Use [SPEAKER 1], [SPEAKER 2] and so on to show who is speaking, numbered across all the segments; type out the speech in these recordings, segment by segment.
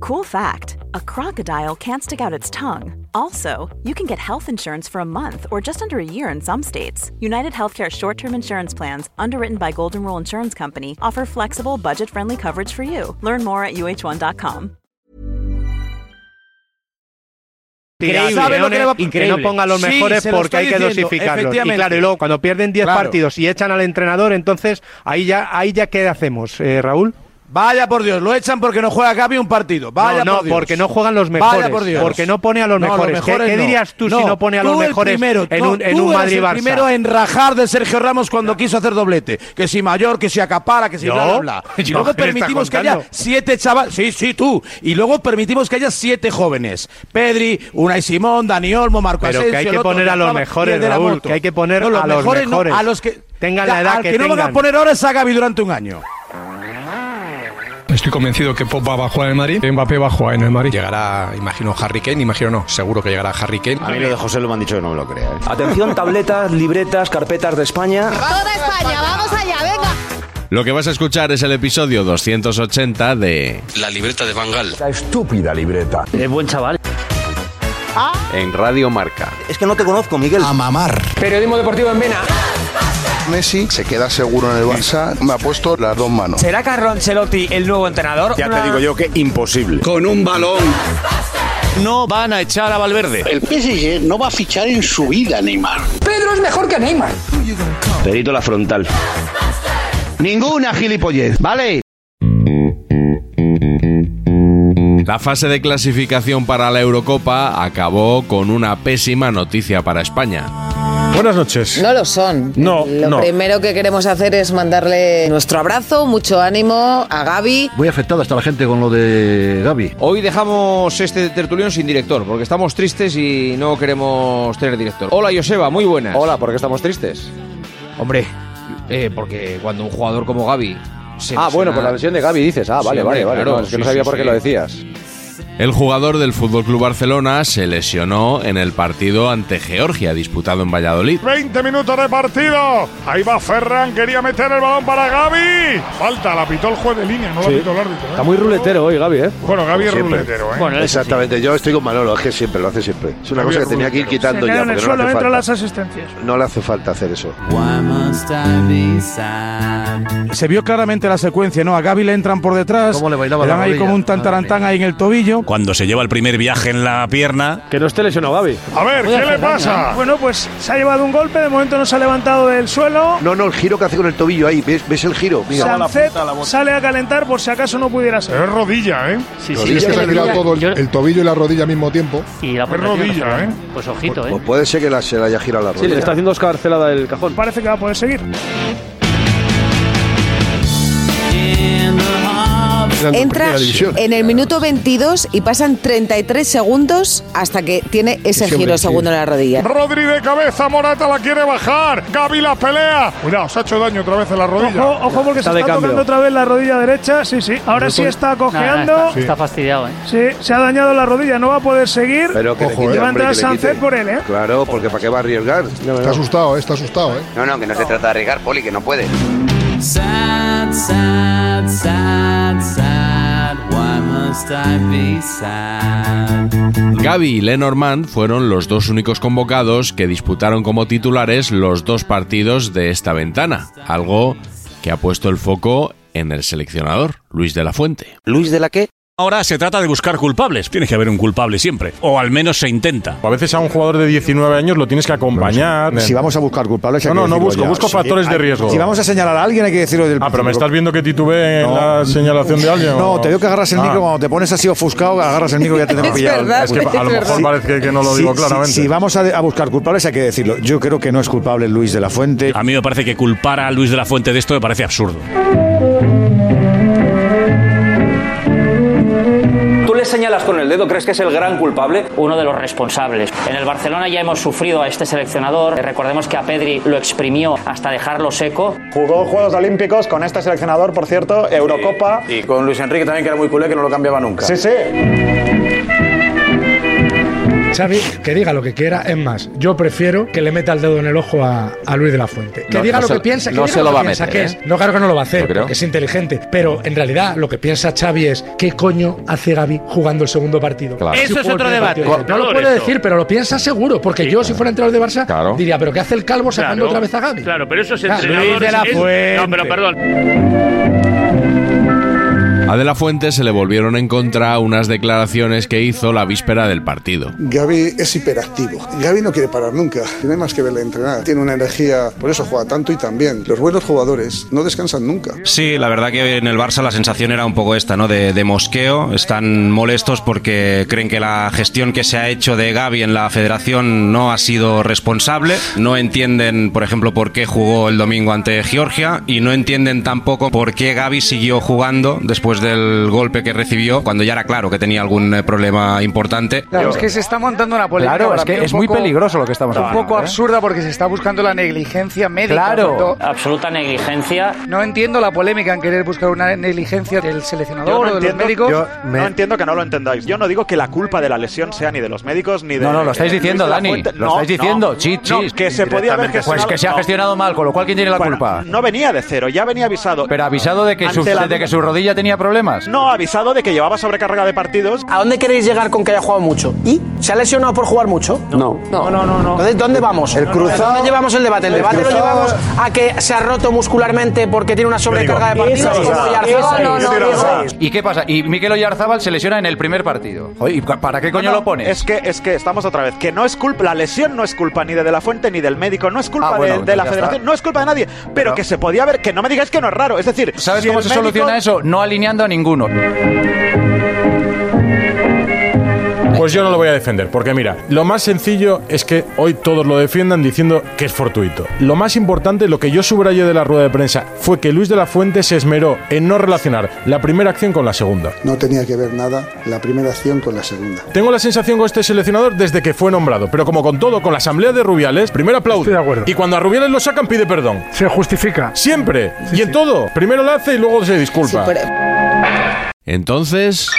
[SPEAKER 1] Cool fact a crocodile can't stick out its tongue. Also, you can get health insurance for a month or just under a year in some states. United Healthcare short term insurance plans, underwritten by Golden Rule Insurance Company, offer flexible, budget friendly coverage for you. Learn more at uh1.com.
[SPEAKER 2] Increíble,
[SPEAKER 3] ¿Sabe lo que le va a-
[SPEAKER 2] que
[SPEAKER 3] increíble.
[SPEAKER 2] no ponga los
[SPEAKER 4] Sí,
[SPEAKER 2] mejores
[SPEAKER 4] se lo
[SPEAKER 2] porque
[SPEAKER 4] estoy
[SPEAKER 2] hay que
[SPEAKER 4] diciendo,
[SPEAKER 2] dosificarlos. Y
[SPEAKER 4] efectivamente.
[SPEAKER 2] claro, y luego cuando pierden 10
[SPEAKER 4] Claro.
[SPEAKER 2] partidos y echan al entrenador, entonces ahí ya, ahí ya ¿qué hacemos, eh, Raúl?
[SPEAKER 4] Vaya por Dios, lo echan porque no juega Gaby un partido. Vaya
[SPEAKER 2] no, no,
[SPEAKER 4] por Dios.
[SPEAKER 2] porque no juegan los mejores.
[SPEAKER 4] Vaya por Dios.
[SPEAKER 2] Porque no pone a los
[SPEAKER 4] No,
[SPEAKER 2] mejores. ¿Qué- ¿Qué,
[SPEAKER 4] no.
[SPEAKER 2] dirías tú si no pone a los
[SPEAKER 4] tú el
[SPEAKER 2] mejores
[SPEAKER 4] primero,
[SPEAKER 2] en
[SPEAKER 4] no,
[SPEAKER 2] un, en
[SPEAKER 4] tú
[SPEAKER 2] un
[SPEAKER 4] eres
[SPEAKER 2] Madrid Barça?
[SPEAKER 4] El primero en rajar de Sergio Ramos cuando quiso hacer doblete. Que si mayor, que si acapara, que si
[SPEAKER 2] ¿Yo?
[SPEAKER 4] bla, bla, bla.
[SPEAKER 2] Yo,
[SPEAKER 4] Y
[SPEAKER 2] ¿qué
[SPEAKER 4] luego
[SPEAKER 2] me está
[SPEAKER 4] permitimos que
[SPEAKER 2] contando?
[SPEAKER 4] haya siete chavales. Sí, sí, tú. Y luego permitimos que haya siete jóvenes. Pedri, Unai Simón, Dani Olmo, Marco
[SPEAKER 2] Pero
[SPEAKER 4] Asensio,
[SPEAKER 2] que hay
[SPEAKER 4] el
[SPEAKER 2] que
[SPEAKER 4] otro,
[SPEAKER 2] poner a los
[SPEAKER 4] Rafa, y el
[SPEAKER 2] mejores,
[SPEAKER 4] de la
[SPEAKER 2] Raúl.
[SPEAKER 4] moto.
[SPEAKER 2] Que hay que poner
[SPEAKER 4] No, los
[SPEAKER 2] a los mejores.
[SPEAKER 4] no, a los que
[SPEAKER 2] Tengan
[SPEAKER 4] ya,
[SPEAKER 2] la edad
[SPEAKER 4] al
[SPEAKER 2] que,
[SPEAKER 4] que no
[SPEAKER 2] tengan.
[SPEAKER 4] van a poner ahora es a Gaby durante un año.
[SPEAKER 5] Estoy convencido que Pop va a jugar en el Madrid, Mbappé va a jugar en el Madrid. Llegará, imagino, Harry Kane, imagino no, seguro que llegará Harry Kane.
[SPEAKER 6] A mí lo de José lo me han dicho que no me lo crea. ¿eh?
[SPEAKER 7] Atención, tabletas, libretas, carpetas de España.
[SPEAKER 8] Toda España, vamos allá, venga.
[SPEAKER 9] Lo que vas a escuchar es el episodio 280 de
[SPEAKER 5] La libreta de Bangal.
[SPEAKER 7] estúpida libreta.
[SPEAKER 3] Es buen chaval.
[SPEAKER 9] En Radio Marca.
[SPEAKER 7] Es que no te conozco, Miguel. A mamar.
[SPEAKER 3] Periodismo deportivo en Vena.
[SPEAKER 10] Messi se queda seguro en el Barça. Me ha puesto las dos manos.
[SPEAKER 3] ¿Será Carlo Ancelotti el nuevo entrenador?
[SPEAKER 6] Ya te digo yo que imposible.
[SPEAKER 9] Con un balón.
[SPEAKER 6] No van a echar a Valverde.
[SPEAKER 10] El PSG no va a fichar en su vida, Neymar.
[SPEAKER 3] Pedro es mejor que Neymar.
[SPEAKER 7] Perito la frontal. Ninguna gilipollez, ¿vale?
[SPEAKER 9] La fase de clasificación para la Eurocopa acabó con una pésima noticia para España.
[SPEAKER 5] Buenas noches.
[SPEAKER 8] No lo son.
[SPEAKER 5] No,
[SPEAKER 8] Lo
[SPEAKER 5] no.
[SPEAKER 8] primero que queremos hacer es mandarle nuestro abrazo, mucho ánimo a Gaby.
[SPEAKER 7] Muy afectada está la gente con lo de Gaby.
[SPEAKER 3] Hoy dejamos este tertulión sin director, porque estamos tristes y no queremos tener director. Hola, Joseba, muy buenas.
[SPEAKER 6] Hola, ¿por qué estamos tristes?
[SPEAKER 3] Hombre, eh, porque cuando un jugador como Gaby... se
[SPEAKER 6] Ah, bueno,
[SPEAKER 3] lesiona-
[SPEAKER 6] por la lesión de Gaby dices. Ah,
[SPEAKER 3] Sí,
[SPEAKER 6] vale, vale,
[SPEAKER 3] hombre,
[SPEAKER 6] vale.
[SPEAKER 3] claro,
[SPEAKER 6] No, es que no
[SPEAKER 3] sí,
[SPEAKER 6] sabía
[SPEAKER 3] sí,
[SPEAKER 6] por qué
[SPEAKER 3] sí.
[SPEAKER 6] lo decías.
[SPEAKER 9] El jugador del Fútbol Club Barcelona se lesionó en el partido ante Georgia disputado en Valladolid.
[SPEAKER 2] 20 minutos de partido. Ahí va Ferran, quería meter el balón para Gaby. Falta, la pitó el juez de línea, no
[SPEAKER 6] Sí.
[SPEAKER 2] la pitó el árbitro. ¿eh?
[SPEAKER 6] Está muy ruletero hoy, Gaby, ¿eh?
[SPEAKER 2] Bueno, Gaby es
[SPEAKER 6] Siempre.
[SPEAKER 2] ruletero, ¿eh?
[SPEAKER 10] Exactamente, yo estoy con Manolo, es que siempre, lo hace siempre. Es una
[SPEAKER 2] Javier
[SPEAKER 10] cosa que tenía que ir
[SPEAKER 2] Rubio,
[SPEAKER 10] quitando ya, porque no le hace falta.
[SPEAKER 2] asistencias.
[SPEAKER 10] No le hace falta hacer eso.
[SPEAKER 4] Se vio claramente la secuencia, ¿no? A Gaby le entran por detrás.
[SPEAKER 7] Cómo le bailaba
[SPEAKER 4] dan
[SPEAKER 7] la
[SPEAKER 4] ahí
[SPEAKER 7] rodilla.
[SPEAKER 4] como un tantarantán ahí en el tobillo.
[SPEAKER 11] Cuando se lleva el primer viaje en la pierna.
[SPEAKER 6] Que no esté lesionado Gaby.
[SPEAKER 2] A ver, ¿qué le pasa?
[SPEAKER 3] Bueno, pues se ha llevado un golpe, de momento no se ha levantado del suelo.
[SPEAKER 10] No, no, el giro que hace con el tobillo ahí, ¿ves, ves el giro? Mira.
[SPEAKER 3] Sancet sale a calentar por si acaso no pudiera
[SPEAKER 2] Pero es rodilla, ¿eh?
[SPEAKER 10] Rodilla se ha tirado todo el, el tobillo y la rodilla al mismo tiempo.
[SPEAKER 2] Es rodilla, ¿eh?
[SPEAKER 10] Pues puede ser que la, se la haya girado la
[SPEAKER 6] Sí,
[SPEAKER 10] rodilla.
[SPEAKER 6] le está haciendo escarcelada el cajón.
[SPEAKER 3] Parece que va a poder seguir.
[SPEAKER 8] Entra
[SPEAKER 10] Primera división.
[SPEAKER 8] en el minuto 22 y pasan 33 segundos hasta que tiene ese
[SPEAKER 10] Ese hombre,
[SPEAKER 8] giro
[SPEAKER 10] sí.
[SPEAKER 8] segundo en la rodilla.
[SPEAKER 2] Rodri de cabeza, Morata la quiere bajar. Gaby la pelea. Cuidado, se ha hecho daño otra vez en la rodilla.
[SPEAKER 3] ojo porque
[SPEAKER 6] Está de cambio.
[SPEAKER 3] otra vez la rodilla derecha. Sí, sí. Ahora sí está cojeando.
[SPEAKER 2] Sí.
[SPEAKER 3] Sí, se ha dañado la rodilla, no va a poder seguir.
[SPEAKER 10] Pero que le
[SPEAKER 2] Ojo,
[SPEAKER 10] quite,
[SPEAKER 2] eh.
[SPEAKER 10] hombre,
[SPEAKER 3] Levanta
[SPEAKER 10] que le
[SPEAKER 3] Sánchez
[SPEAKER 10] quite.
[SPEAKER 3] por él, ¿eh?
[SPEAKER 10] Claro, porque ¿para qué va a arriesgar?
[SPEAKER 6] Está
[SPEAKER 10] asustado, está asustado, ¿eh?
[SPEAKER 7] No, no, que no se trata de arriesgar, Poli, que no puede.
[SPEAKER 9] Gaby y Lenormand fueron los dos únicos convocados que disputaron como titulares los dos partidos de esta ventana, algo que ha puesto el foco en el seleccionador, Luis de la Fuente.
[SPEAKER 7] ¿Luis de la qué?
[SPEAKER 11] Ahora se trata de buscar culpables. Tiene que haber un culpable siempre. O al menos se intenta.
[SPEAKER 5] A veces a un jugador de 19 años lo tienes que acompañar.
[SPEAKER 6] Si vamos a buscar culpables, hay
[SPEAKER 5] No,
[SPEAKER 6] que
[SPEAKER 5] no,
[SPEAKER 6] decirlo
[SPEAKER 5] no busco,
[SPEAKER 6] ya.
[SPEAKER 5] busco
[SPEAKER 6] Sí,
[SPEAKER 5] factores de
[SPEAKER 6] hay-
[SPEAKER 5] riesgo.
[SPEAKER 6] Si vamos a señalar a alguien, hay que decirlo del
[SPEAKER 5] Ah, pero me estás viendo que titubeé en
[SPEAKER 6] No.
[SPEAKER 5] la señalación de alguien.
[SPEAKER 6] No,
[SPEAKER 5] ¿o?
[SPEAKER 6] te veo que agarras el
[SPEAKER 5] Ah.
[SPEAKER 6] micro cuando te pones así ofuscado, agarras el micro y ya te tengo
[SPEAKER 8] Es
[SPEAKER 6] pillado.
[SPEAKER 8] verdad,
[SPEAKER 5] Es que a lo
[SPEAKER 8] Es
[SPEAKER 5] mejor
[SPEAKER 8] verdad.
[SPEAKER 5] parece que no lo
[SPEAKER 6] Si-
[SPEAKER 5] digo
[SPEAKER 6] si-
[SPEAKER 5] claramente.
[SPEAKER 6] Si, vamos a, a buscar culpables, hay que decirlo. Yo creo que no es culpable Luis de la Fuente.
[SPEAKER 11] A mí me parece que culpar a Luis de la Fuente de esto me parece absurdo.
[SPEAKER 7] Tú les
[SPEAKER 12] señalas con el dedo? ¿Crees que es el gran culpable?
[SPEAKER 13] Uno de los responsables. En el Barcelona ya hemos sufrido a este seleccionador. Recordemos que a Pedri lo exprimió hasta dejarlo seco.
[SPEAKER 3] Jugó Juegos Olímpicos con este seleccionador, por cierto, Eurocopa.
[SPEAKER 14] Y con Luis Enrique también, que era muy culé, que no lo cambiaba nunca.
[SPEAKER 3] Sí, sí.
[SPEAKER 15] Xavi, que diga lo que quiera, es más, yo prefiero que le meta el dedo en el ojo a, a Luis de la Fuente. Que
[SPEAKER 16] No,
[SPEAKER 15] diga
[SPEAKER 16] no
[SPEAKER 15] lo
[SPEAKER 16] se-
[SPEAKER 15] que piensa, que
[SPEAKER 16] no
[SPEAKER 15] diga
[SPEAKER 16] se lo
[SPEAKER 15] que
[SPEAKER 16] va a
[SPEAKER 15] piensa
[SPEAKER 16] meter,
[SPEAKER 15] que
[SPEAKER 16] ¿eh?
[SPEAKER 15] es. No, claro que no lo va a hacer,
[SPEAKER 16] No creo.
[SPEAKER 15] porque es inteligente. Pero en realidad lo que piensa Xavi es ¿qué coño hace Gaby jugando el segundo partido?
[SPEAKER 16] Claro.
[SPEAKER 15] Si
[SPEAKER 16] Eso
[SPEAKER 15] jugó
[SPEAKER 16] es
[SPEAKER 15] el
[SPEAKER 16] otro
[SPEAKER 15] primer
[SPEAKER 16] debate.
[SPEAKER 15] partido. No lo
[SPEAKER 16] Entrenador
[SPEAKER 15] puede
[SPEAKER 16] esto.
[SPEAKER 15] decir, pero lo piensa seguro, porque yo si fuera entrenador de Barça
[SPEAKER 16] Claro.
[SPEAKER 15] diría, pero ¿qué hace el calvo sacando otra vez a Gaby?
[SPEAKER 6] Claro, pero eso es
[SPEAKER 15] Claro.
[SPEAKER 6] entrenador.
[SPEAKER 15] Luis de la
[SPEAKER 6] es-
[SPEAKER 15] Fuente.
[SPEAKER 6] No, pero perdón.
[SPEAKER 9] A De La Fuente se le volvieron en contra unas declaraciones que hizo la víspera del partido.
[SPEAKER 10] Gaby es hiperactivo. Gaby no quiere parar nunca. Tiene más que verle entrenar. Tiene una energía, por eso juega tanto y también. Los buenos jugadores no descansan nunca.
[SPEAKER 7] Sí, la verdad que en el Barça la sensación era un poco esta, ¿no? De, de mosqueo. Están molestos porque creen que la gestión que se ha hecho de Gaby en la federación no ha sido responsable. No entienden, por ejemplo, por qué jugó el domingo ante Georgia y no entienden tampoco por qué Gaby siguió jugando después del golpe que recibió cuando ya era claro que tenía algún eh, problema importante.
[SPEAKER 17] Claro, es que se está montando una polémica.
[SPEAKER 7] Claro,
[SPEAKER 17] ahora
[SPEAKER 7] es que
[SPEAKER 17] mismo
[SPEAKER 7] es
[SPEAKER 17] un
[SPEAKER 7] muy
[SPEAKER 17] poco-
[SPEAKER 7] peligroso lo que estamos
[SPEAKER 17] Un
[SPEAKER 7] hablando,
[SPEAKER 17] poco
[SPEAKER 7] ¿eh?
[SPEAKER 17] absurda porque se está buscando la negligencia médica. cuando-
[SPEAKER 13] Absoluta negligencia.
[SPEAKER 17] No entiendo la polémica en querer buscar una negligencia del seleccionador o de los médicos.
[SPEAKER 3] yo no entiendo que no lo entendáis. Yo no digo que la culpa de la lesión sea ni de los médicos ni de.
[SPEAKER 14] No, no, lo estáis
[SPEAKER 3] de Luis
[SPEAKER 14] diciendo,
[SPEAKER 3] de la
[SPEAKER 14] Dani.
[SPEAKER 3] Fuente.
[SPEAKER 14] Lo
[SPEAKER 3] No,
[SPEAKER 14] estáis diciendo.
[SPEAKER 3] no.
[SPEAKER 14] Chis,
[SPEAKER 3] No,
[SPEAKER 14] chis.
[SPEAKER 3] que se podía haber
[SPEAKER 14] Directamente.
[SPEAKER 3] gestionado.
[SPEAKER 14] Pues que se ha
[SPEAKER 3] No.
[SPEAKER 14] gestionado mal, con lo cual, ¿quién tiene la
[SPEAKER 3] Bueno,
[SPEAKER 14] culpa?
[SPEAKER 3] No venía de cero, ya venía avisado.
[SPEAKER 14] Pero avisado de que,
[SPEAKER 3] Ante
[SPEAKER 14] su,
[SPEAKER 3] la
[SPEAKER 14] de
[SPEAKER 3] duda-
[SPEAKER 14] que su rodilla tenía problemas.
[SPEAKER 3] No, avisado de que llevaba sobrecarga de partidos.
[SPEAKER 18] ¿A dónde queréis llegar con que haya jugado mucho? ¿Y? ¿Se ha lesionado por jugar mucho? No. No, no, no. Entonces, ¿dónde vamos? El
[SPEAKER 3] cruzado-
[SPEAKER 18] ¿Dónde llevamos el debate? ¿El
[SPEAKER 3] el
[SPEAKER 18] debate lo
[SPEAKER 3] cruzado-
[SPEAKER 18] llevamos a que se ha roto muscularmente porque tiene una sobrecarga de partidos? como Yarzábal?
[SPEAKER 14] ¿Y qué pasa? Y Mikel Oyarzábal se lesiona en el primer partido. Oye, ¿y pa- ¿Para qué coño
[SPEAKER 3] No,
[SPEAKER 14] lo pones?
[SPEAKER 3] Es que, es que estamos otra vez. Que no es culpa, la lesión no es culpa ni de De La Fuente ni del médico, no es culpa
[SPEAKER 14] Ah, bueno,
[SPEAKER 3] de, de la
[SPEAKER 14] ya
[SPEAKER 3] federación,
[SPEAKER 14] está.
[SPEAKER 3] no es culpa de nadie. Pero, que se podía haber, que no me digáis que no es raro. Es decir,
[SPEAKER 14] ¿Sabes
[SPEAKER 3] si
[SPEAKER 14] cómo
[SPEAKER 3] el
[SPEAKER 14] se
[SPEAKER 3] médico-
[SPEAKER 14] soluciona eso? No alineando a ninguno.
[SPEAKER 5] Pues yo no lo voy a defender, porque mira, lo más sencillo es que hoy todos lo defiendan diciendo que es fortuito. Lo más importante, lo que yo subrayé de la rueda de prensa, fue que Luis de la Fuente se esmeró en no relacionar la primera acción con la segunda.
[SPEAKER 10] No tenía que ver nada la primera acción con la segunda.
[SPEAKER 5] Tengo la sensación con este seleccionador desde que fue nombrado, pero como con todo, con la asamblea de Rubiales, primero aplaude. Y cuando a Rubiales lo sacan, pide perdón. Se justifica. Siempre. y en todo. Primero lo hace y luego se disculpa.
[SPEAKER 9] Entonces,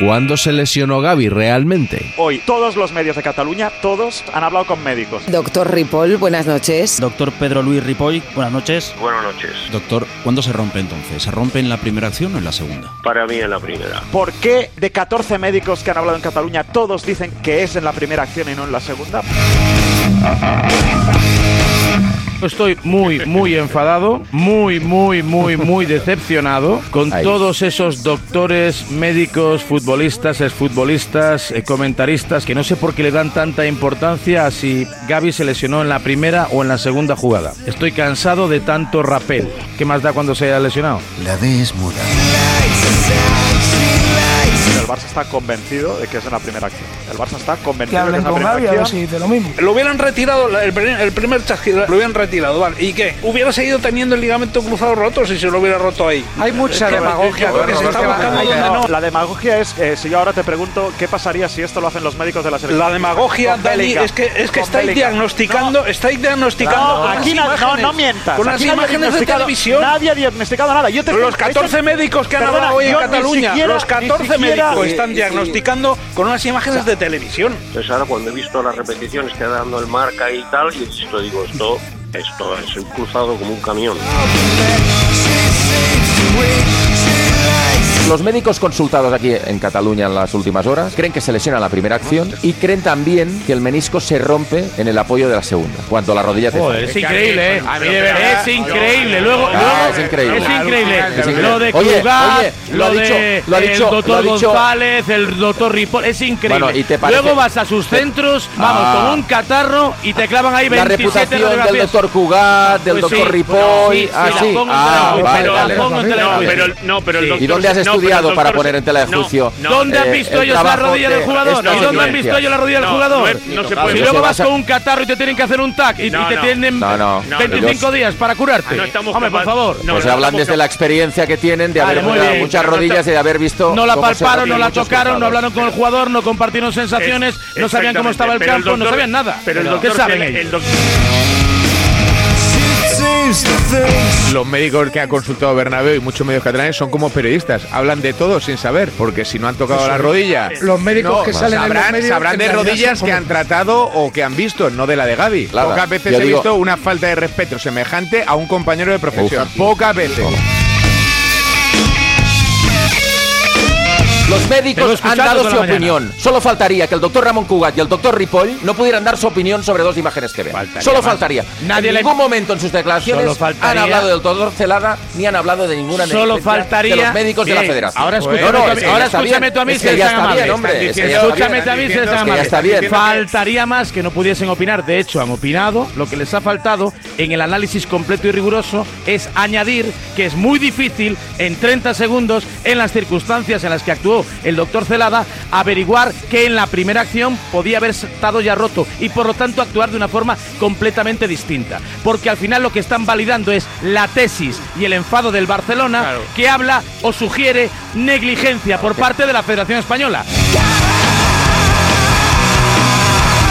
[SPEAKER 9] ¿cuándo se lesionó Gaby realmente?
[SPEAKER 3] Hoy todos los medios de Cataluña, todos han hablado con médicos.
[SPEAKER 8] Doctor Ripoll, buenas noches.
[SPEAKER 19] Doctor Pedro Luis Ripoll, buenas noches.
[SPEAKER 20] Buenas noches.
[SPEAKER 19] Doctor, ¿cuándo se rompe entonces? ¿Se rompe en la primera acción o en la segunda?
[SPEAKER 20] Para mí es la primera.
[SPEAKER 3] ¿Por qué de 14 médicos que han hablado en Cataluña todos dicen que es en la primera acción y no en la segunda?
[SPEAKER 4] Estoy muy, muy enfadado, muy, muy, muy, muy decepcionado con
[SPEAKER 21] Ahí.
[SPEAKER 4] todos esos doctores, médicos, futbolistas, exfutbolistas, eh, comentaristas que no sé por qué le dan tanta importancia a si Gaby se lesionó en la primera o en la segunda jugada. Estoy cansado de tanto rapel. ¿Qué más da cuando se haya lesionado? La D es muda.
[SPEAKER 3] Pero el Barça está convencido de que es en la primera acción. El Barça está convencido de que
[SPEAKER 22] hablen
[SPEAKER 3] es en la
[SPEAKER 22] con
[SPEAKER 3] primera
[SPEAKER 22] Gaby, a ver
[SPEAKER 3] acción.
[SPEAKER 22] si de lo mismo. Lo hubieran retirado, la- el, primer- el primer chasquido lo hubieran retirado, ¿vale? ¿Y qué? Hubiera seguido teniendo el ligamento cruzado roto si se lo hubiera roto ahí. Hay
[SPEAKER 17] mucha demagogia,
[SPEAKER 22] Porque se
[SPEAKER 17] Roberto,
[SPEAKER 22] está
[SPEAKER 17] es que
[SPEAKER 22] buscando
[SPEAKER 17] hay-
[SPEAKER 22] donde
[SPEAKER 17] hay-
[SPEAKER 22] no.
[SPEAKER 3] La demagogia es, eh, si yo ahora te pregunto, ¿qué pasaría si esto lo hacen los médicos de la selección?
[SPEAKER 22] La demagogia,
[SPEAKER 3] Con
[SPEAKER 22] Dani,
[SPEAKER 3] Bélica,
[SPEAKER 22] es que, es que
[SPEAKER 3] con
[SPEAKER 22] estáis
[SPEAKER 3] Bélica.
[SPEAKER 22] diagnosticando, estáis diagnosticando.
[SPEAKER 3] No,
[SPEAKER 22] con
[SPEAKER 3] aquí
[SPEAKER 22] unas
[SPEAKER 3] na- no,
[SPEAKER 22] imágenes-
[SPEAKER 3] no mientas.
[SPEAKER 22] Con unas
[SPEAKER 3] Aquí nadie ha
[SPEAKER 22] imágenes de
[SPEAKER 3] diagnosticado-
[SPEAKER 22] televisión.
[SPEAKER 3] Nadie ha diagnosticado nada. Yo te
[SPEAKER 22] los 14 médicos que han
[SPEAKER 3] Perdona,
[SPEAKER 22] hablado hoy en
[SPEAKER 3] yo ni
[SPEAKER 22] Cataluña,
[SPEAKER 3] siquiera-
[SPEAKER 22] los
[SPEAKER 3] ni
[SPEAKER 22] 14
[SPEAKER 3] siquiera-
[SPEAKER 22] médicos
[SPEAKER 3] Sí,
[SPEAKER 22] están
[SPEAKER 3] sí.
[SPEAKER 22] diagnosticando con unas imágenes de televisión.
[SPEAKER 20] Entonces ahora cuando he visto las repeticiones que dando el marca y tal, y esto digo, esto, esto es un cruzado como un camión.
[SPEAKER 23] Los médicos consultados aquí en Cataluña en las últimas horas creen que se lesiona en la primera acción y creen también que el menisco se rompe en el apoyo de la segunda, cuando la rodilla te
[SPEAKER 4] Joder,
[SPEAKER 23] falla.
[SPEAKER 4] es increíble, ¿eh?
[SPEAKER 21] A mí de verdad.
[SPEAKER 4] Es increíble. Luego,
[SPEAKER 23] Ah,
[SPEAKER 4] luego-
[SPEAKER 23] es increíble.
[SPEAKER 4] es increíble.
[SPEAKER 23] Es increíble.
[SPEAKER 4] Lo de
[SPEAKER 23] Oye,
[SPEAKER 4] Cugat,
[SPEAKER 23] oye, lo ha
[SPEAKER 4] lo, de
[SPEAKER 23] dicho, lo ha dicho,
[SPEAKER 4] el doctor
[SPEAKER 23] lo ha dicho-
[SPEAKER 4] González, el doctor Ripoll. Es increíble.
[SPEAKER 23] Bueno, ¿y te parece-
[SPEAKER 4] Luego vas a sus centros, vamos,
[SPEAKER 23] Ah.
[SPEAKER 4] con un catarro y te clavan ahí
[SPEAKER 23] La
[SPEAKER 4] 27
[SPEAKER 23] reputación del
[SPEAKER 4] radiografías.
[SPEAKER 23] doctor Cugat, del
[SPEAKER 4] Pues sí,
[SPEAKER 23] doctor
[SPEAKER 4] bueno,
[SPEAKER 23] Ripoll,
[SPEAKER 4] sí, sí, la
[SPEAKER 23] así.
[SPEAKER 4] pongo en
[SPEAKER 23] Ah,
[SPEAKER 4] tela,
[SPEAKER 23] vale,
[SPEAKER 4] pero la
[SPEAKER 23] vale.
[SPEAKER 4] pongo en tela.
[SPEAKER 6] No, pero, el- no, pero el
[SPEAKER 23] Sí.
[SPEAKER 6] doctor,
[SPEAKER 23] ¿Y dónde has
[SPEAKER 6] no,
[SPEAKER 23] estudiado para poner en tela de
[SPEAKER 24] No,
[SPEAKER 23] juicio. eh,
[SPEAKER 24] no. ¿Dónde han visto ellos la rodilla del jugador? ¿Y dónde han visto ellos la rodilla del No, jugador? no es- no se puede.
[SPEAKER 4] Si luego vas con un catarro y te tienen que hacer un tac y,
[SPEAKER 24] No,
[SPEAKER 4] y te
[SPEAKER 24] no. Ah,
[SPEAKER 4] tienen
[SPEAKER 23] No, no.
[SPEAKER 4] 25
[SPEAKER 23] Ellos-
[SPEAKER 4] días para curarte.
[SPEAKER 24] No estamos
[SPEAKER 4] Hombre, por
[SPEAKER 24] capaz-
[SPEAKER 4] favor.
[SPEAKER 23] Pues hablan desde la experiencia que tienen de
[SPEAKER 4] Vale,
[SPEAKER 23] haber
[SPEAKER 4] muy
[SPEAKER 23] jugado
[SPEAKER 4] bien.
[SPEAKER 23] muchas
[SPEAKER 4] Pero no
[SPEAKER 23] rodillas
[SPEAKER 4] está-
[SPEAKER 23] y de haber visto.
[SPEAKER 4] No la
[SPEAKER 23] cómo se
[SPEAKER 4] palparon, no
[SPEAKER 23] rompen
[SPEAKER 4] la
[SPEAKER 23] muchos
[SPEAKER 4] tocaron, no
[SPEAKER 23] jugadores.
[SPEAKER 4] hablaron con el jugador, no compartieron sensaciones, no sabían cómo estaba el
[SPEAKER 24] Pero
[SPEAKER 4] campo, no
[SPEAKER 24] doctor-
[SPEAKER 4] sabían nada.
[SPEAKER 24] Pero el
[SPEAKER 4] ¿Qué
[SPEAKER 24] doctor
[SPEAKER 4] saben
[SPEAKER 24] tiene-
[SPEAKER 4] ellos?
[SPEAKER 24] el doc-
[SPEAKER 25] Los médicos que ha consultado Bernabéu y muchos medios catalanes son como periodistas, hablan de todo sin saber, porque si no han tocado
[SPEAKER 26] Eso
[SPEAKER 25] la
[SPEAKER 26] es.
[SPEAKER 25] rodilla,
[SPEAKER 26] Los médicos que salen en los
[SPEAKER 25] sabrán,
[SPEAKER 26] medios,
[SPEAKER 25] sabrán
[SPEAKER 26] en
[SPEAKER 25] de
[SPEAKER 26] realidad
[SPEAKER 25] rodillas
[SPEAKER 26] son
[SPEAKER 25] que
[SPEAKER 26] como-
[SPEAKER 25] han tratado o que han visto, no de la de Gaby.
[SPEAKER 23] Lara,
[SPEAKER 25] Pocas veces
[SPEAKER 23] yo
[SPEAKER 25] he
[SPEAKER 23] digo-
[SPEAKER 25] visto una falta de respeto semejante a un compañero de profesión. Pocas veces.
[SPEAKER 23] Los
[SPEAKER 25] Te lo he
[SPEAKER 23] médicos han
[SPEAKER 25] escuchado
[SPEAKER 23] dado
[SPEAKER 25] toda
[SPEAKER 23] su
[SPEAKER 25] la mañana.
[SPEAKER 23] opinión. Solo faltaría que el doctor Ramón Cugat y el doctor Ripoll no pudieran dar su opinión sobre dos imágenes que ven. Solo
[SPEAKER 4] más.
[SPEAKER 23] faltaría.
[SPEAKER 4] Nadie
[SPEAKER 23] en
[SPEAKER 4] le-
[SPEAKER 23] ningún momento en sus
[SPEAKER 4] Solo
[SPEAKER 23] declaraciones
[SPEAKER 4] faltaría-
[SPEAKER 23] han hablado del doctor Celada ni han hablado de ninguna
[SPEAKER 4] Solo
[SPEAKER 23] negligencia
[SPEAKER 4] faltaría.
[SPEAKER 23] de los médicos de la
[SPEAKER 4] Bien,
[SPEAKER 23] Federación.
[SPEAKER 4] Ahora escúchame,
[SPEAKER 23] No, no,
[SPEAKER 4] tú a
[SPEAKER 23] es
[SPEAKER 4] mí-
[SPEAKER 23] que
[SPEAKER 4] ahora
[SPEAKER 23] ya está
[SPEAKER 4] escúchame
[SPEAKER 23] bien.
[SPEAKER 4] tú a mí
[SPEAKER 23] Es
[SPEAKER 4] si
[SPEAKER 23] que
[SPEAKER 4] eres
[SPEAKER 23] ya
[SPEAKER 4] tan
[SPEAKER 23] está
[SPEAKER 4] amable.
[SPEAKER 23] bien, hombre. Es que ya está
[SPEAKER 4] Escúchame
[SPEAKER 23] bien.
[SPEAKER 4] tú a mí si
[SPEAKER 23] Es
[SPEAKER 4] eres
[SPEAKER 23] que
[SPEAKER 4] tan amable.
[SPEAKER 23] ya está bien.
[SPEAKER 4] Faltaría más que no pudiesen opinar. De hecho, han opinado. Lo que les ha faltado en el análisis completo y riguroso es añadir que es muy difícil en 30 segundos, en las circunstancias en las que actuó el doctor Celada, averiguar que en la primera acción podía haber estado ya roto y por lo tanto actuar de una forma completamente distinta. Porque al final lo que están validando es la tesis y el enfado del Barcelona que habla o sugiere negligencia por parte de la Federación Española.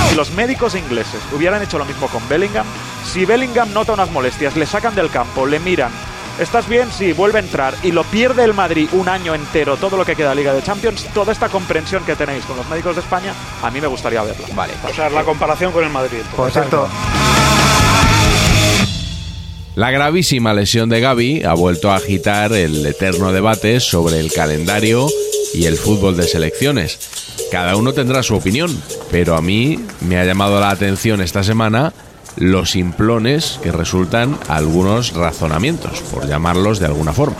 [SPEAKER 3] Si los médicos ingleses hubieran hecho lo mismo con Bellingham, si Bellingham nota unas molestias, le sacan del campo, le miran, ¿estás bien? Sí, vuelve a entrar y lo pierde el Madrid un año entero, todo lo que queda de Liga de Champions, toda esta comprensión que tenéis con los médicos de España, a mí me gustaría verla. Vale.
[SPEAKER 27] O sea, la comparación con el Madrid.
[SPEAKER 3] Por
[SPEAKER 27] cierto,
[SPEAKER 9] La gravísima lesión de Gaby ha vuelto a agitar el eterno debate sobre el calendario y el fútbol de selecciones. Cada uno tendrá su opinión, pero a mí me ha llamado la atención esta semana los simplones que resultan algunos razonamientos, por llamarlos de alguna forma.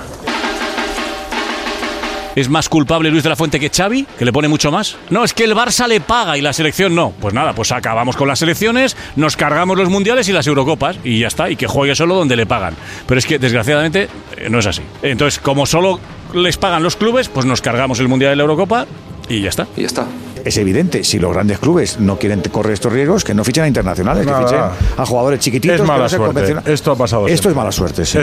[SPEAKER 11] ¿Es más culpable Luis de la Fuente que Xavi? ¿Que le pone mucho más? No, es que el Barça le paga y la selección no. Pues nada, pues acabamos con las selecciones, nos cargamos los mundiales y las Eurocopas y ya está, y que juegue solo donde le pagan. Pero es que desgraciadamente eh, no es así. Entonces, como solo les pagan los clubes, pues nos cargamos el mundial y la Eurocopa y ya está. Y ya está.
[SPEAKER 6] Es evidente, si los grandes clubes no quieren correr estos riesgos, que no fichen a internacionales,
[SPEAKER 5] Nada,
[SPEAKER 6] que fichen
[SPEAKER 5] nada.
[SPEAKER 6] a jugadores chiquititos.
[SPEAKER 5] Es
[SPEAKER 6] que no
[SPEAKER 5] mala
[SPEAKER 6] sean
[SPEAKER 5] suerte.
[SPEAKER 6] convencionales.
[SPEAKER 5] Esto ha pasado
[SPEAKER 6] Esto
[SPEAKER 5] siempre.
[SPEAKER 6] es mala suerte, sí.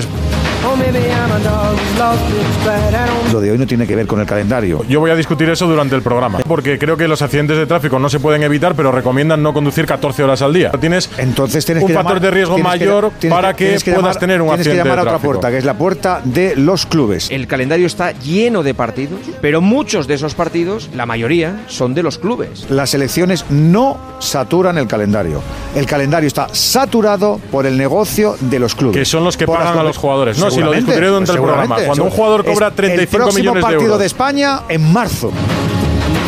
[SPEAKER 18] Oh, maybe I'm a dog who's lost its bed. I don't
[SPEAKER 6] Lo de hoy no tiene que ver con el calendario.
[SPEAKER 5] Yo voy a discutir eso durante el programa, porque creo que los accidentes de tráfico no se pueden evitar, pero recomiendan no conducir 14 horas al día. Tienes
[SPEAKER 6] Entonces tienes
[SPEAKER 5] un
[SPEAKER 6] que
[SPEAKER 5] factor
[SPEAKER 6] llamar-
[SPEAKER 5] de riesgo
[SPEAKER 6] tienes que-
[SPEAKER 5] mayor
[SPEAKER 6] tienes
[SPEAKER 5] para que,
[SPEAKER 6] tienes
[SPEAKER 5] puedas
[SPEAKER 6] llamar-
[SPEAKER 5] tener un
[SPEAKER 6] tienes que
[SPEAKER 5] accidente
[SPEAKER 6] llamar
[SPEAKER 5] de
[SPEAKER 6] a otra
[SPEAKER 5] tráfico.
[SPEAKER 6] puerta, que es la puerta de los clubes.
[SPEAKER 28] El calendario está lleno de partidos, pero muchos de esos partidos, la mayoría, son de los clubes.
[SPEAKER 6] Las elecciones no saturan el calendario. El calendario está saturado por el negocio de los clubes.
[SPEAKER 5] Que son los que
[SPEAKER 6] Por
[SPEAKER 5] pagan
[SPEAKER 6] las-
[SPEAKER 5] a los jugadores. No, si lo
[SPEAKER 6] Seguramente, pues
[SPEAKER 5] discutiré durante el programa.
[SPEAKER 6] seguramente,
[SPEAKER 5] Cuando un
[SPEAKER 6] seguro.
[SPEAKER 5] jugador cobra
[SPEAKER 6] Es
[SPEAKER 5] 35
[SPEAKER 6] el próximo
[SPEAKER 5] millones de
[SPEAKER 6] partido
[SPEAKER 5] euros.
[SPEAKER 6] de España en marzo.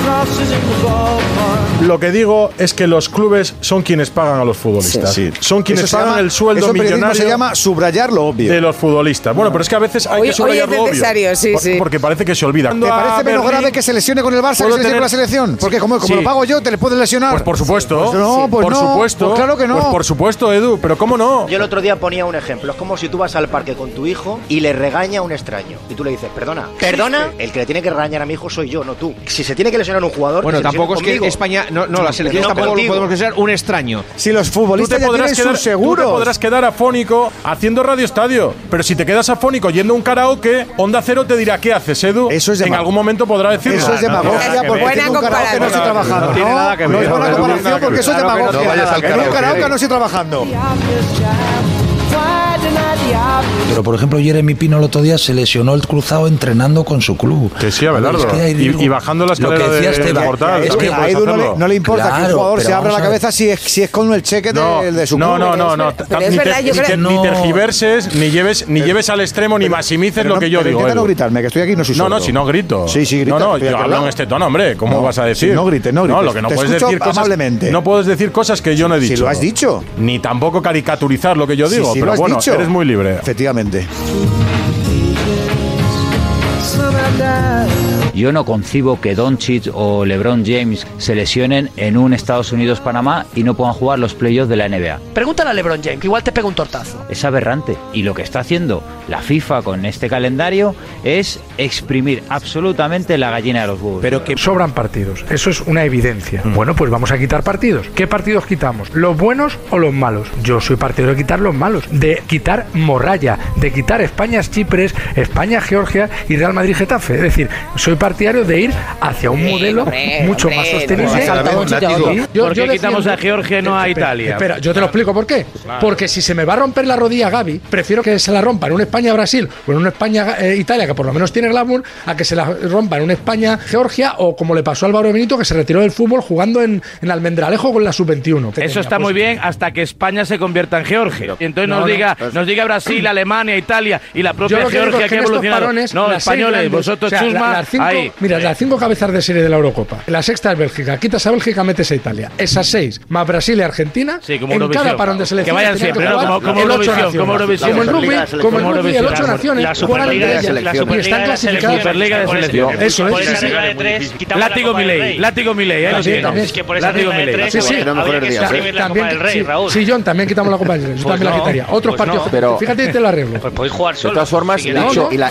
[SPEAKER 18] crosses in the ballpark.
[SPEAKER 5] Lo que digo es que los clubes son quienes pagan a los futbolistas.
[SPEAKER 6] Sí, sí.
[SPEAKER 5] Son quienes
[SPEAKER 6] Eso se
[SPEAKER 5] pagan
[SPEAKER 6] llama-
[SPEAKER 5] el sueldo
[SPEAKER 6] eso en periodismo
[SPEAKER 5] millonario.
[SPEAKER 6] se llama subrayar lo obvio.
[SPEAKER 5] De los futbolistas. Bueno, pero es que a veces hay
[SPEAKER 6] Hoy-
[SPEAKER 5] que
[SPEAKER 6] hoy
[SPEAKER 5] subrayar
[SPEAKER 6] es
[SPEAKER 5] lo obvio.
[SPEAKER 6] necesario, sí,
[SPEAKER 5] Por-
[SPEAKER 6] sí.
[SPEAKER 5] Porque parece que se olvida.
[SPEAKER 6] ¿Te parece menos grave que se lesione con el Barça que
[SPEAKER 5] puedo
[SPEAKER 6] se lesione
[SPEAKER 5] tener-
[SPEAKER 6] con la selección? Porque como, como
[SPEAKER 5] Sí.
[SPEAKER 6] lo pago yo, te le puedes lesionar.
[SPEAKER 5] Pues por supuesto.
[SPEAKER 6] Pues no, pues
[SPEAKER 5] por
[SPEAKER 6] no,
[SPEAKER 5] supuesto.
[SPEAKER 6] pues claro que no.
[SPEAKER 5] Pues por supuesto, Edu, pero ¿cómo no?
[SPEAKER 29] Yo el otro día ponía un ejemplo. Es como si tú vas al parque con tu hijo y le regaña a un extraño. Y tú le dices, perdona, perdona. El que le tiene que regañar a mi hijo soy yo, no tú. Si se tiene que lesionar un jugador.
[SPEAKER 28] Bueno,
[SPEAKER 29] que se
[SPEAKER 28] tampoco es
[SPEAKER 29] lesione
[SPEAKER 28] que
[SPEAKER 29] conmigo.
[SPEAKER 28] España. No, no la selección
[SPEAKER 29] No
[SPEAKER 28] tampoco lo
[SPEAKER 29] contigo.
[SPEAKER 28] podemos considerar un extraño.
[SPEAKER 6] Si los futbolistas ya tienen sus seguros.
[SPEAKER 5] tú te podrás quedar afónico haciendo Radio Estadio, pero si te quedas afónico yendo a un karaoke, Onda Cero te dirá ¿qué haces, Edu? Eso es en
[SPEAKER 6] demag-
[SPEAKER 5] algún momento podrá decirlo.
[SPEAKER 6] Eso es demagogia porque tengo un karaoke no estoy trabajando. No, no es buena comparación porque eso es demagogia. En un karaoke no estoy trabajando.
[SPEAKER 18] Why deny the obvious?
[SPEAKER 15] Pero por ejemplo, Jeremy Pino el otro día se lesionó el cruzado entrenando con su club.
[SPEAKER 5] Que sí, Abelardo.
[SPEAKER 15] ahí
[SPEAKER 5] Y-
[SPEAKER 15] digo,
[SPEAKER 5] y bajando la escalera
[SPEAKER 15] lo que decía
[SPEAKER 5] de-
[SPEAKER 15] Esteban,
[SPEAKER 5] del portal,
[SPEAKER 6] Es que
[SPEAKER 5] también
[SPEAKER 6] a
[SPEAKER 5] puedes
[SPEAKER 6] Edu no le,
[SPEAKER 5] hacerlo.
[SPEAKER 6] no le importa que un
[SPEAKER 15] Claro,
[SPEAKER 6] jugador se
[SPEAKER 15] pero
[SPEAKER 6] abra la
[SPEAKER 15] vamos a ver.
[SPEAKER 6] cabeza si es, si es con el cheque de-
[SPEAKER 5] No,
[SPEAKER 6] del de su
[SPEAKER 5] no,
[SPEAKER 6] club.
[SPEAKER 5] no, no, no.
[SPEAKER 6] Pero
[SPEAKER 5] Tam-
[SPEAKER 6] es
[SPEAKER 5] ni
[SPEAKER 6] verdad,
[SPEAKER 5] te-
[SPEAKER 6] yo
[SPEAKER 5] ni
[SPEAKER 6] creo-
[SPEAKER 5] te- Ni
[SPEAKER 6] no.
[SPEAKER 5] tergiverses, ni lleves, ni lleves al extremo, ni maximices
[SPEAKER 6] pero
[SPEAKER 5] lo
[SPEAKER 6] no-
[SPEAKER 5] que yo
[SPEAKER 6] pero
[SPEAKER 5] digo.
[SPEAKER 6] intenta no
[SPEAKER 5] Edu.
[SPEAKER 6] gritarme, que estoy aquí y no soy
[SPEAKER 5] No, no,
[SPEAKER 6] sordo.
[SPEAKER 5] si no grito.
[SPEAKER 6] Sí, sí, grita,
[SPEAKER 5] No, no,
[SPEAKER 6] que estoy aquí
[SPEAKER 5] yo
[SPEAKER 6] al
[SPEAKER 5] hablo en
[SPEAKER 6] lado.
[SPEAKER 5] este tono, hombre. ¿Cómo
[SPEAKER 6] No,
[SPEAKER 5] vas a
[SPEAKER 6] si
[SPEAKER 5] decir?
[SPEAKER 6] no grites, no grites.
[SPEAKER 5] lo que no
[SPEAKER 6] Te
[SPEAKER 5] puedes
[SPEAKER 6] escucho
[SPEAKER 5] decir cosas.
[SPEAKER 6] amablemente.
[SPEAKER 5] No puedes decir cosas que yo no he
[SPEAKER 6] Si
[SPEAKER 5] dicho.
[SPEAKER 6] lo has dicho.
[SPEAKER 5] Ni tampoco caricaturizar lo que yo
[SPEAKER 6] Sí,
[SPEAKER 5] digo.
[SPEAKER 6] sí, lo
[SPEAKER 5] pero
[SPEAKER 6] has
[SPEAKER 5] bueno,
[SPEAKER 6] dicho.
[SPEAKER 5] eres muy libre.
[SPEAKER 6] Efectivamente.
[SPEAKER 18] Some I die.
[SPEAKER 29] Yo no concibo que Doncic o LeBron James se lesionen en un Estados Unidos-Panamá y no puedan jugar los playoffs de la NBA.
[SPEAKER 12] Pregúntale a LeBron James, que igual te pega un tortazo.
[SPEAKER 29] Es aberrante. Y lo que está haciendo la FIFA con este calendario es exprimir absolutamente la gallina de los huevos.
[SPEAKER 15] Pero que sobran partidos. Eso es una evidencia. Bueno, pues vamos a quitar partidos. ¿Qué partidos quitamos? ¿Los buenos o los malos? Yo soy partidario de quitar los malos, de quitar Morralla, de quitar España-Chipres, España-Georgia y Real Madrid-Getafe. Es decir, soy partidario de ir hacia un
[SPEAKER 12] Sí,
[SPEAKER 15] modelo
[SPEAKER 12] hombre,
[SPEAKER 15] mucho
[SPEAKER 12] hombre,
[SPEAKER 15] más
[SPEAKER 12] no,
[SPEAKER 15] sostenible.
[SPEAKER 12] salta de un sitio Pues a otro.
[SPEAKER 15] Sí,
[SPEAKER 12] ¿Por qué quitamos
[SPEAKER 15] defiendo-
[SPEAKER 12] a Georgia y no a
[SPEAKER 15] Espera,
[SPEAKER 12] Italia?
[SPEAKER 15] Espera, yo te lo explico por qué.
[SPEAKER 12] Claro.
[SPEAKER 15] Porque si se me va a romper la rodilla Gaby, prefiero que se la rompa en un España-Brasil o en un España-Italia, que por lo menos tiene glamour, a que se la rompa en un España-Georgia o como le pasó a Álvaro Benito, que se retiró del fútbol jugando en, en Almendralejo con la sub-21.
[SPEAKER 4] Eso está muy bien hasta que España se convierta en Georgia. Y entonces
[SPEAKER 15] No,
[SPEAKER 4] nos
[SPEAKER 15] no.
[SPEAKER 4] diga, nos diga Brasil, Alemania, Italia y la propia
[SPEAKER 15] Yo lo que digo
[SPEAKER 4] Georgia
[SPEAKER 15] es
[SPEAKER 4] que ha
[SPEAKER 15] en estos
[SPEAKER 4] evolucionado.
[SPEAKER 15] parones,
[SPEAKER 4] no,
[SPEAKER 15] las seis
[SPEAKER 4] españoles,
[SPEAKER 15] grandes-
[SPEAKER 4] vosotros
[SPEAKER 15] o sea, la-
[SPEAKER 4] chusma,
[SPEAKER 15] las cinco-
[SPEAKER 4] ahí.
[SPEAKER 15] Mira, las cinco cabezas de serie de la Eurocopa. La sexta es Bélgica. Quitas a Bélgica, metes a Italia. Esas seis, más Brasil y Argentina.
[SPEAKER 4] Sí, como
[SPEAKER 15] en
[SPEAKER 4] Eurovisión.
[SPEAKER 15] cada parón de selección.
[SPEAKER 4] Que vayan siempre, ¿no? Como- como Eurovisión, como Eurovisión.
[SPEAKER 15] Como el rugby,
[SPEAKER 4] La Superliga
[SPEAKER 15] como el
[SPEAKER 4] de
[SPEAKER 15] rugby, el ocho
[SPEAKER 4] selecciones.
[SPEAKER 15] naciones.
[SPEAKER 4] La
[SPEAKER 15] juegan
[SPEAKER 4] Superliga
[SPEAKER 15] entre
[SPEAKER 4] de
[SPEAKER 15] ellas
[SPEAKER 4] selecciones.
[SPEAKER 15] Y están clasificadas.
[SPEAKER 4] Superliga de selecciones.
[SPEAKER 15] Eso es. sí, sí.
[SPEAKER 4] Látigo Milei, látigo Milei, ahí lo
[SPEAKER 15] También,
[SPEAKER 4] tiene.
[SPEAKER 15] también.
[SPEAKER 4] Látigo Milei.
[SPEAKER 15] Sí, sí. También, sí, Sí, John, también quitamos la Copa del Rey. Yo
[SPEAKER 4] Pues no,
[SPEAKER 15] también la quitaría. Otros
[SPEAKER 4] pues
[SPEAKER 15] partidos.
[SPEAKER 4] no. Pero-
[SPEAKER 15] Fíjate, te lo arreglo.
[SPEAKER 12] Pues podéis jugar
[SPEAKER 23] De todas formas,
[SPEAKER 12] si
[SPEAKER 23] dicho,
[SPEAKER 12] queréis.
[SPEAKER 23] y la,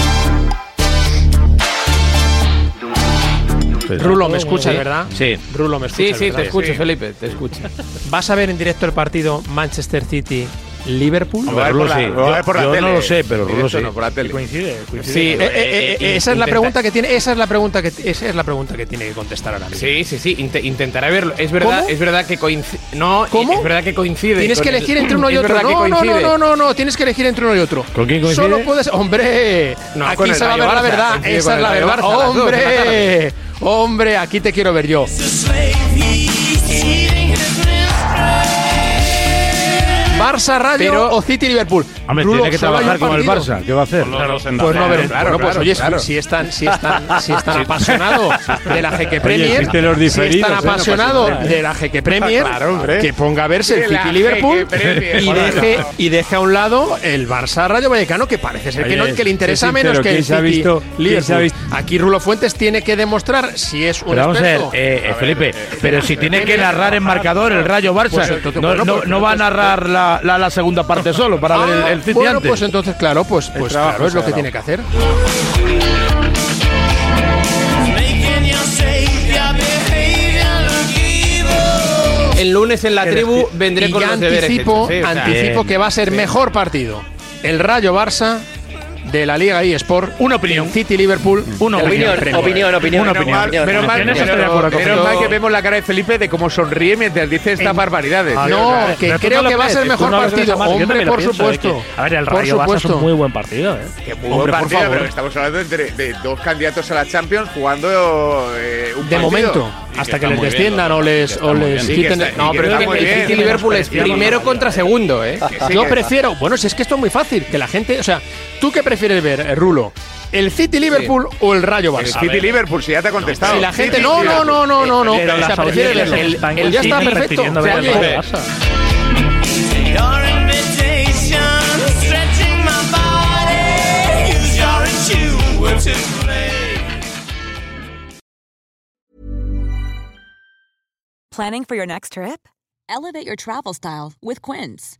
[SPEAKER 6] Rulo, me escuchas, ¿verdad?
[SPEAKER 4] Sí.
[SPEAKER 6] Rulo, me escuchas.
[SPEAKER 4] Sí, sí, te
[SPEAKER 6] ¿verdad?
[SPEAKER 4] escucho, Sí.
[SPEAKER 6] Felipe, te escucho. ¿Vas a ver en directo el partido Manchester City? Liverpool.
[SPEAKER 4] Hombre, Rulo sí. Yo- yo no lo sé, pero Rulo sí.
[SPEAKER 6] Coincide, coincide.
[SPEAKER 4] Sí,
[SPEAKER 6] Eh, eh, eh,
[SPEAKER 4] eh,
[SPEAKER 6] esa es la
[SPEAKER 4] intenta-
[SPEAKER 6] pregunta que tiene, esa es la pregunta que esa es la pregunta que tiene que contestar ahora mismo.
[SPEAKER 7] Sí, sí, sí, inte- intentaré verlo. Es verdad,
[SPEAKER 6] ¿Cómo?
[SPEAKER 7] es verdad que coincide. No, es verdad que coincide.
[SPEAKER 6] Tienes
[SPEAKER 7] con
[SPEAKER 6] que
[SPEAKER 7] el-
[SPEAKER 6] elegir entre uno y
[SPEAKER 7] es
[SPEAKER 6] otro.
[SPEAKER 7] verdad que
[SPEAKER 6] No, no, no,
[SPEAKER 7] coincide.
[SPEAKER 6] no, no, no, tienes que elegir entre uno y otro.
[SPEAKER 4] ¿Con quién coincide?
[SPEAKER 6] Solo puedes, hombre,
[SPEAKER 7] No, con
[SPEAKER 6] aquí
[SPEAKER 7] el
[SPEAKER 6] se va a ver
[SPEAKER 7] Rayo
[SPEAKER 6] la
[SPEAKER 7] Barça,
[SPEAKER 6] verdad,
[SPEAKER 7] coincide con
[SPEAKER 6] esa es
[SPEAKER 7] el
[SPEAKER 6] la
[SPEAKER 7] Rayo
[SPEAKER 6] verdad.
[SPEAKER 7] Barça, las dos de la
[SPEAKER 6] Hombre, hombre, aquí te quiero ver yo. Barça Rayo
[SPEAKER 7] Pero-
[SPEAKER 6] o City Liverpool.
[SPEAKER 4] Hombre,
[SPEAKER 6] Rulo,
[SPEAKER 4] tiene que
[SPEAKER 6] solo hay
[SPEAKER 4] trabajar
[SPEAKER 6] un
[SPEAKER 4] como el
[SPEAKER 6] partido.
[SPEAKER 4] Barça. ¿Qué va a hacer?
[SPEAKER 6] Pues no, pero bueno, pues oye, si- si están, si están, si están
[SPEAKER 4] Sí.
[SPEAKER 6] apasionados de la
[SPEAKER 4] Oye,
[SPEAKER 6] Jeque Premier,
[SPEAKER 4] existen los
[SPEAKER 6] si
[SPEAKER 4] diferidos,
[SPEAKER 6] están
[SPEAKER 4] ¿eh? No pasa
[SPEAKER 6] apasionados
[SPEAKER 4] nada, ¿eh?
[SPEAKER 6] de la Jeque Premier,
[SPEAKER 4] Claro, hombre.
[SPEAKER 6] que ponga a verse el
[SPEAKER 4] De la
[SPEAKER 6] City Liverpool
[SPEAKER 4] Jeque Premier.
[SPEAKER 6] y deje, y deje a un lado el Barça Rayo Vallecano, que parece ser que,
[SPEAKER 4] Oye,
[SPEAKER 6] no, que le
[SPEAKER 4] sé
[SPEAKER 6] interesa
[SPEAKER 4] sincero,
[SPEAKER 6] menos que
[SPEAKER 4] ¿quién
[SPEAKER 6] el
[SPEAKER 4] se ha
[SPEAKER 6] City
[SPEAKER 4] visto- quién se ha
[SPEAKER 6] Liverpool.
[SPEAKER 4] visto-
[SPEAKER 6] Aquí Rulo Fuentes tiene que demostrar si es un
[SPEAKER 4] Pero vamos a ver,
[SPEAKER 6] experto.
[SPEAKER 4] eh, eh, Felipe, pero si
[SPEAKER 6] eh,
[SPEAKER 4] tiene que narrar en marcador el Rayo Barça,
[SPEAKER 6] Pues entonces,
[SPEAKER 4] no,
[SPEAKER 6] bueno,
[SPEAKER 4] no-
[SPEAKER 6] pues
[SPEAKER 4] no va a narrar la, la- la segunda parte solo para ver el, el City
[SPEAKER 6] bueno,
[SPEAKER 4] antes.
[SPEAKER 6] pues entonces, claro, pues, pues
[SPEAKER 4] trabajo
[SPEAKER 6] claro, es
[SPEAKER 4] se
[SPEAKER 6] lo
[SPEAKER 4] ha
[SPEAKER 6] que
[SPEAKER 4] dado.
[SPEAKER 6] tiene que hacer.
[SPEAKER 7] El lunes en la
[SPEAKER 6] Es
[SPEAKER 7] tribu
[SPEAKER 6] decir,
[SPEAKER 7] vendré
[SPEAKER 6] y
[SPEAKER 7] con
[SPEAKER 6] ya
[SPEAKER 7] los deberes.
[SPEAKER 6] anticipo,
[SPEAKER 7] hechos, sí, o sea,
[SPEAKER 6] anticipo
[SPEAKER 7] bien.
[SPEAKER 6] que va a ser
[SPEAKER 7] Sí.
[SPEAKER 6] mejor partido el Rayo Barça de la Liga eSport. Una opinión. City Liverpool.
[SPEAKER 7] Una opinión, opinión, opinión. Una opinión.
[SPEAKER 21] Menos mal,
[SPEAKER 7] Opinión, estoy de
[SPEAKER 21] menos-
[SPEAKER 7] acuerdo
[SPEAKER 21] menos
[SPEAKER 7] contigo.
[SPEAKER 21] mal que vemos la cara de Felipe de cómo sonríe mientras dice estas barbaridades.
[SPEAKER 6] Ah, no, que
[SPEAKER 21] pero tú
[SPEAKER 6] creo
[SPEAKER 21] lo
[SPEAKER 6] que va a ser
[SPEAKER 21] crees,
[SPEAKER 6] mejor
[SPEAKER 21] tú no lo
[SPEAKER 6] partido.
[SPEAKER 21] crees, Amar, yo
[SPEAKER 6] Hombre,
[SPEAKER 21] también lo
[SPEAKER 6] por
[SPEAKER 21] pienso,
[SPEAKER 6] supuesto.
[SPEAKER 21] ¿eh?
[SPEAKER 6] A ver, el
[SPEAKER 21] Por
[SPEAKER 6] Rayo Barça es un
[SPEAKER 21] supuesto.
[SPEAKER 6] muy
[SPEAKER 21] buen partido, ¿eh? Que muy
[SPEAKER 6] Hombre,
[SPEAKER 21] buen
[SPEAKER 6] por
[SPEAKER 21] partido,
[SPEAKER 6] favor.
[SPEAKER 21] pero estamos hablando entre, de dos candidatos a la Champions jugando eh, un
[SPEAKER 6] De
[SPEAKER 21] partido.
[SPEAKER 6] momento,
[SPEAKER 21] Y que
[SPEAKER 6] hasta que
[SPEAKER 21] está
[SPEAKER 6] les
[SPEAKER 21] muy bien,
[SPEAKER 6] desciendan
[SPEAKER 21] ¿no?
[SPEAKER 6] o les,
[SPEAKER 21] está
[SPEAKER 6] o
[SPEAKER 21] muy
[SPEAKER 6] les
[SPEAKER 21] bien. Y que
[SPEAKER 6] quiten.
[SPEAKER 21] está-
[SPEAKER 6] no,
[SPEAKER 21] y que
[SPEAKER 6] pero
[SPEAKER 21] está
[SPEAKER 6] que
[SPEAKER 21] muy
[SPEAKER 6] el
[SPEAKER 21] bien.
[SPEAKER 6] City Liverpool es
[SPEAKER 21] Que sí,
[SPEAKER 6] primero
[SPEAKER 21] que-
[SPEAKER 6] contra segundo, ¿eh?
[SPEAKER 21] Que sí,
[SPEAKER 6] Yo
[SPEAKER 21] que-
[SPEAKER 6] prefiero. Bueno, si es que esto es muy fácil, que la gente. O sea, ¿tú qué prefieres ver, eh, Rulo? ¿El City Liverpool o el Rayo Barça?
[SPEAKER 21] El City Liverpool, si ya te ha contestado.
[SPEAKER 6] Si la gente.
[SPEAKER 21] City,
[SPEAKER 6] No, no,
[SPEAKER 21] Liverpool.
[SPEAKER 6] no, no, no, no.
[SPEAKER 21] Pero
[SPEAKER 6] o
[SPEAKER 21] las
[SPEAKER 6] sea, prefiere
[SPEAKER 21] audiencias
[SPEAKER 6] verlo. el,
[SPEAKER 21] están
[SPEAKER 6] el- ya está
[SPEAKER 21] coincidiendo prefiriendo
[SPEAKER 6] perfecto.
[SPEAKER 21] ver al
[SPEAKER 6] Oye,
[SPEAKER 21] Barça.
[SPEAKER 13] Planning for your next trip? Elevate your travel style with Quince.